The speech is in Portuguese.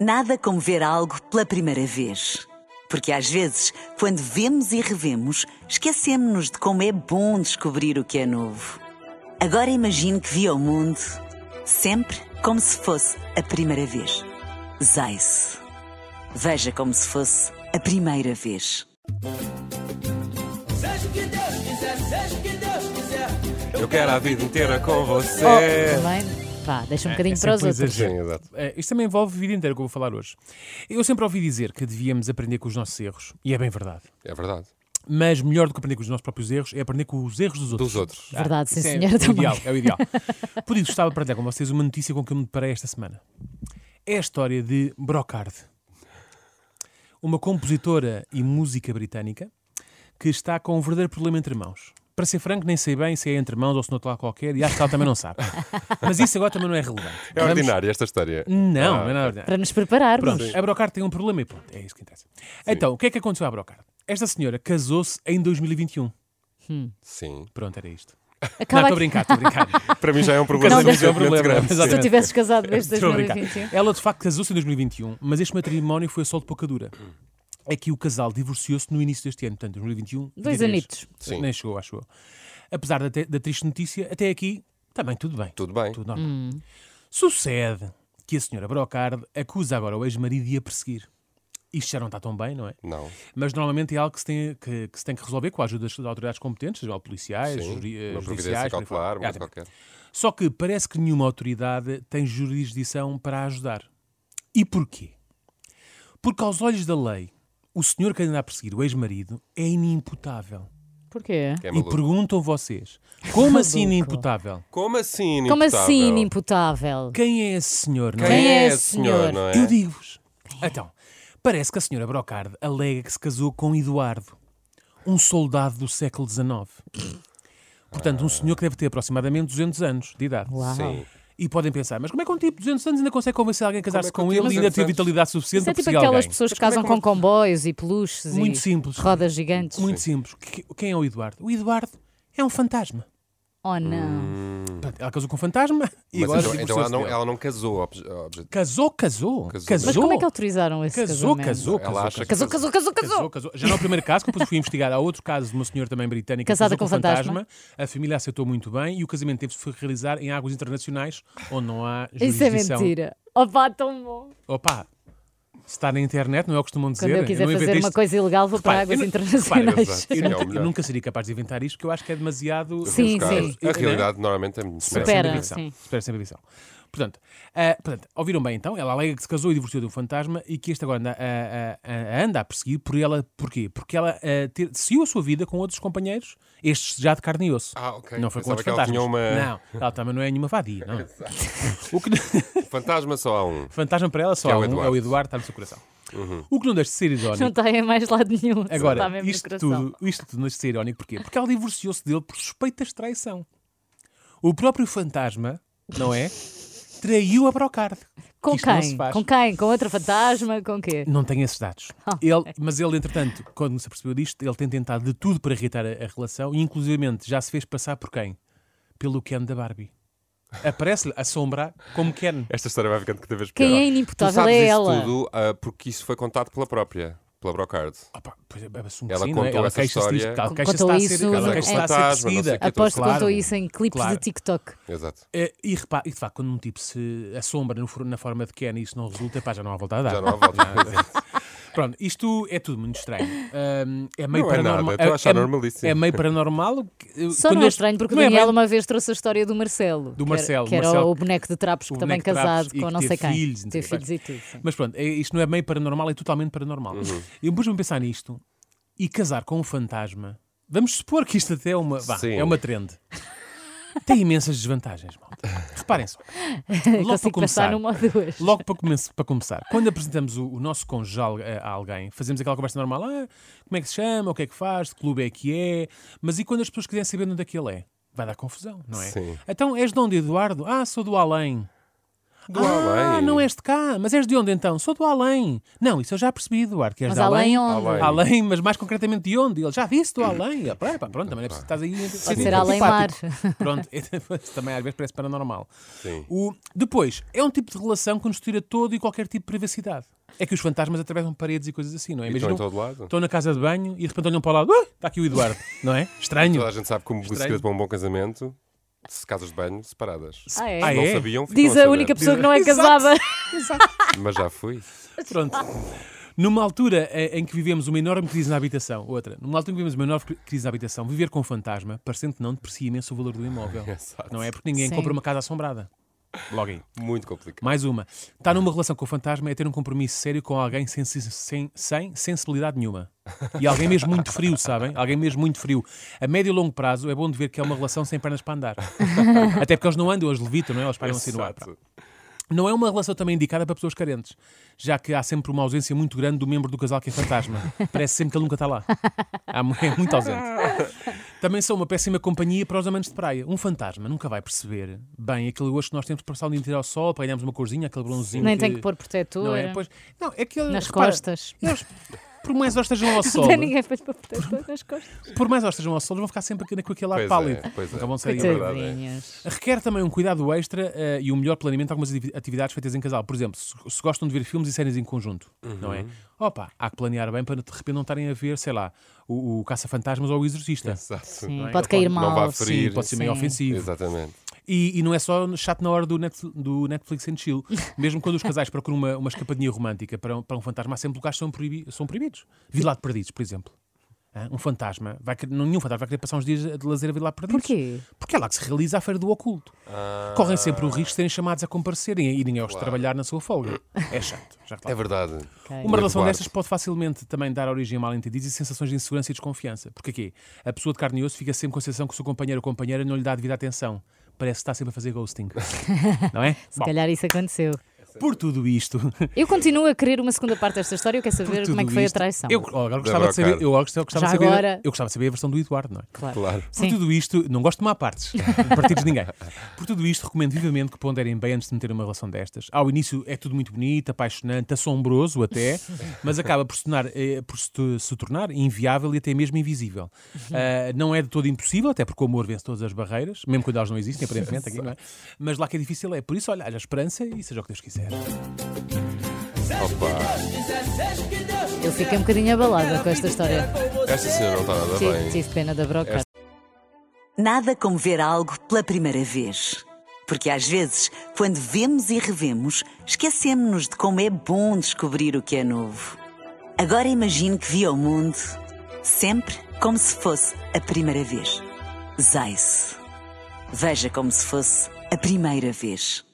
Nada como ver algo pela primeira vez. Porque às vezes, quando vemos e revemos, esquecemos-nos de como é bom descobrir o que é novo. Agora imagine que viu o mundo sempre como se fosse a primeira vez. Zais. Veja como se fosse a primeira vez. Seja o que Deus quiser, seja o que Deus quiser. Eu quero a vida inteira com você. Também, pá, deixa um bocadinho é para os sempre um outros. exagero. Oh. Sim, exato. Eh, Isto também envolve a vida inteira que eu vou falar hoje. Eu sempre ouvi dizer que devíamos aprender com os nossos erros, e é bem verdade. É verdade. Mas melhor do que aprender com os nossos próprios erros é aprender com os erros dos outros. Dos outros. Verdade, sim, isso é senhora, o também. ideal, é o ideal. Por isso, gostava de partilhar com vocês uma notícia com que eu me deparei esta semana. É a história de Brocard, uma compositora e música britânica que está com um verdadeiro problema entre mãos. Para ser franco, nem sei bem se é entre mãos ou se não lá qualquer, e acho que ela também não sabe. Mas isso agora também não é relevante. É um Ah, ordinária esta história. Não, não é nada ordinário. Para nos prepararmos. Pronto, a Brocard tem um problema e pronto, é isso que interessa. Então, o que é que aconteceu à Brocard? Esta senhora casou-se em 2021. Sim. Pronto, era isto. Acaba não, estou a aqui. brincar, estou a brincar. Para mim já é um problema Não, Isso é um suficientemente problema, grande. Se tu exatamente. tivesses casado desde Estou a brincar. 2021. Ela de facto casou-se em 2021, mas este matrimónio foi a sol de pouca dura. É que o casal divorciou-se no início deste ano, portanto, 2021. Dois 23. anitos. Sim. um, Nem chegou, acho eu. Apesar da, te- da triste notícia, até aqui também tudo bem. Tudo bem. Tudo normal. Hum. Sucede que a senhora Brocard acusa agora o ex-marido de a perseguir. Isto já não está tão bem, não é? Não. Mas normalmente é algo que se tem que, que se tem que resolver com a ajuda das autoridades competentes, seja lá policiais, Sim. juri- eh, Uma providência judiciais, por aí fora. cautelar, uma coisa Exatamente. qualquer. Só que parece que nenhuma autoridade tem jurisdição para ajudar. E porquê? Porque, aos olhos da lei, o senhor que anda a perseguir o ex-marido é inimputável. um. Porquê? Que é e maluco. perguntam vocês: como assim inimputável? Como assim inimputável? Como assim inimputável? Quem é esse senhor? não Quem, é? Quem é é esse esse senhor, senhor? não é? Eu digo-vos. é? Então, parece que a senhora Brocard alega que se casou com Eduardo, um soldado do século XIX. Portanto, um senhor que deve ter aproximadamente 200 anos de idade. Uau. Sim. E podem pensar, mas como é que um tipo de 200 anos ainda consegue convencer alguém a casar-se Como é com que um ele tipo de e ainda 200 ter anos? vitalidade suficiente Isso é para tipo perseguir aquelas alguém? pessoas que casam com comboios e peluches Muito e simples. rodas gigantes. Muito simples. Que- Quem é o Eduardo? O Eduardo é um fantasma. Oh não. Portanto, Ela casou com um fantasma e Hum. Mas agora tipo então, então ela, divorciou-se não, dele. ela não casou. obje- obje- Casou, Casou. casou. Casou. Mas como é que autorizaram esse Casou, casamento? casou, Ela casou, acha que Casou, casou, casou, Casou, casou. casou. Já não é o primeiro caso, que eu depois fui investigar. Há outro caso de uma senhora também britânica que Casada casou com um fantasma. A família aceitou muito bem e o casamento teve-se realizar em águas internacionais onde não há Isso é jurisdição. mentira. Opa, tão bom. Opa, se está na internet, não é o que costumam dizer. Quando eu quiser não fazer inventei uma isto. coisa ilegal, vou para Repara, águas eu não- internacionais. repara, exato. Eu, Sim, é nunca, o melhor. eu nunca seria capaz de inventar isto, porque eu acho que é demasiado... Sim, Buscar. sim. A realidade normalmente é muito Supera. Espera melhor. sem Espera, previsão. sim. Espera sem previsão. Portanto, ah, portanto, ouviram bem então? Ela alega que se casou e divorciou de um fantasma e que este agora anda a, a- a- anda a perseguir por ela. Porquê? Porque ela ah, ter, seguiu a sua vida com outros companheiros, estes já de carne e osso. Ah, ok. Não foi Pensava com outros que ela fantasmas. tinha uma- Não, ela também não é nenhuma vadia, não. o que... Fantasma só há um. Fantasma para ela só Que é há o um, é Eduardo. Uhum. o Eduardo, está no seu coração. O que não deixa de ser irónico Não está em mais lado nenhum. Só está Agora, mesmo no isto coração. tudo, isto tudo nasce ser irónico, porquê? Porque ela divorciou-se dele por suspeitas de traição. O próprio fantasma, não é? Traiu a Brocard. Com Isto não quem? se faz. com quem? Com outro fantasma? Com quê? Não tem esses dados. Ele, mas ele, entretanto, quando se apercebeu disto, ele tem tentado de tudo para irritar a, a relação e, inclusivamente, já se fez passar por quem? Pelo Ken da Barbie. Aparece-lhe a sombra como Ken. Esta história vai ficando cada vez Quem pior. é inimputável tu sabes é isso ela. tudo ah, porque isso foi contado pela própria, pela Brocard. Opa, pois, assumo que Ela sim, não é? contou ela essa queixa-se história. disto, ela Contou queixa-se está a ser, isso ela no- queixa-se em- está a ser fantasma, não sei perseguida. o quê, Aposto que é Claro. contou isso em clipes Claro. de TikTok. Exato. É, e repara, e de facto, quando um tipo se assombra no for- na forma de Ken e isso não resulta, pá, já não há volta a dar. é? Já não há volta. Pronto, isto é tudo muito estranho. Hum, é meio Não é nada, paranormal. estou a achar normalíssimo. É meio paranormal. que- eh, Só quando não é este- estranho porque o não é bem- Daniel uma vez trouxe a história do Marcelo. Do que era- Marcelo, Que era Marcelo. o boneco de trapos, que O também é boneco de casado trapos e com que não sei teve quem. filhos e não Ter sei o quê. filhos e tudo. sim. Mas pronto, é, isto não é meio paranormal, é totalmente paranormal. Uhum. E eu pus-me a pensar nisto e casar com um fantasma. Vamos supor que isto até é uma, vá, Sim. é uma trend. Tem imensas desvantagens, malta. Reparem só. Logo para Consigo começar, passar numa ou duas. Logo para, começo- para começar, quando apresentamos o, o nosso conjugal eh, a, a alguém, fazemos aquela conversa normal: ah, como é que se chama, o que é que faz, de que clube é que é. Mas e quando as pessoas quiserem saber de onde é que ele é? Vai dar confusão, não é? Sim. Então és de onde, Eduardo? Ah, sou do além. Do ah, além. é. não és de cá, mas és de onde então? Sou do além. Não, isso eu já percebi, Eduardo, que és Mas de além além. onde? Além. Hum. Além, mas mais concretamente de onde? Ele já disse do além. E, pá, pá, pronto, também não é preciso estás aí. Pode ser além mar. Pronto, isso também às vezes parece paranormal. Sim. O, depois, é um tipo de relação que nos tira todo e qualquer tipo de privacidade. É que os fantasmas atravessam paredes e coisas assim, não é? E estão em Imaginam- todo lado. Estão na casa de banho e de repente olham para o lado, "Ah, está aqui o Eduardo, não é? Estranho. Toda a gente sabe como o Estranho. segredo para um bom casamento, se casas de banho, separadas. Se Ah, é? Ah, não é? sabiam, ficam Diz a saber. única pessoa que não é Exato. casada. Mas já fui. Pronto. Numa altura eh, em que vivemos uma enorme crise na habitação, outra, numa altura em que vivemos uma enorme crise na habitação, viver com um fantasma, parecendo que não, deprecia imenso o valor do imóvel. Exato. Não é? Porque ninguém Sim. compra uma casa assombrada. Logo aí. Muito complicado. Mais uma. Estar numa relação com o fantasma é ter um compromisso sério com alguém sem, sem- sem sensibilidade nenhuma. E alguém mesmo muito frio, sabem? Alguém mesmo muito frio. A médio e longo prazo é bom de ver que é uma relação sem pernas para andar. Até porque eles não andam, eles levitam, não é? Eles param assim no ar. Exato. Não é uma relação também indicada para pessoas carentes, já que há sempre uma ausência muito grande do membro do casal que é fantasma. Parece sempre que ele nunca está lá. Há mu- É muito ausente. Também são uma péssima companhia para os amantes de praia. Um fantasma nunca vai perceber bem aquele gosto que nós temos de passar o dia inteiro ao sol, para apanharmos uma corzinha, aquele bronzinho. Nem que... tem que pôr protetor. Não é? Pois- não, é que ele- Nas repara, costas. Eles, por mais horas estejam ao sol, Até ninguém fez para protetor nas costas. por mais horas estejam ao sol, eles vão ficar sempre aqui- com aquele ar Pois é, pálido. pois é. Nunca vão sair. verdade, é. Coitadinhas. Requer também um cuidado extra eh, e um melhor planeamento de algumas ativi- atividades feitas em casal. Por exemplo, se, se gostam de ver filmes e séries em conjunto, não é? Opa, há que planear bem para de repente não estarem a ver, sei lá, o, o Caça-Fantasmas ou o Exorcista. Exato. Sim, é? Hum, pode cair Não mal. vá sim. ferir. Pode ser meio Sim. ofensivo. Exatamente. E, e não é só chato na hora do, Net- do Netflix and Chill. Mesmo quando os casais procuram uma, uma escapadinha romântica para um, para um fantasma, há sempre lugares que são, proibi são proibidos. Vila de Perdidos, por exemplo. Hã? Um fantasma, vai querer- nenhum fantasma vai querer passar uns dias de lazer a Vila de Perdidos. Porquê? Porque é lá que se realiza a feira do oculto. Correm sempre o risco de serem chamados a comparecerem e irem aos trabalhar na sua folga. É chato. Já É claro. verdade. Uma Eduardo. relação destas pode facilmente também dar origem a mal-entendidos e sensações de insegurança e desconfiança. Porque aqui, a pessoa de carne e osso fica sempre com a sensação que o seu companheiro ou companheira não lhe dá a devida atenção. Parece que está sempre a fazer ghosting. não é? Se Bom, calhar isso aconteceu. por tudo isto. Eu continuo a querer uma segunda parte desta história. Eu quero por saber tudo como é que foi a isto, traição. Eu oh, agora gostava de saber. Brocardo. Eu agora gostava gostava de Já saber, agora- eu gostava de saber a versão do Eduardo, não é? Claro. Claro. Por Sim. tudo isto, não gosto de má partes, partidos de ninguém. Por tudo isto, recomendo vivamente que ponderem bem antes de meter uma relação destas. Ao início é tudo muito bonito, apaixonante, assombroso até, mas acaba por se tornar, eh, por se, to- se tornar inviável e até mesmo invisível. Ah, não é de todo impossível, até porque o amor vence todas as barreiras, mesmo quando elas não existem, aparentemente, aqui, não é? Mas lá que é difícil é. Por isso, olha, haja esperança e seja o que Deus quiser. Opa. Eu fiquei um bocadinho abalada com esta história. Esta senhora não está nada Tive, bem. tive pena da broca. Nada como ver algo pela primeira vez. Porque às vezes, quando vemos e revemos, esquecemos-nos de como é bom descobrir o que é novo. Agora imagine que viu o mundo sempre como se fosse a primeira vez. Zais. Veja como se fosse a primeira vez.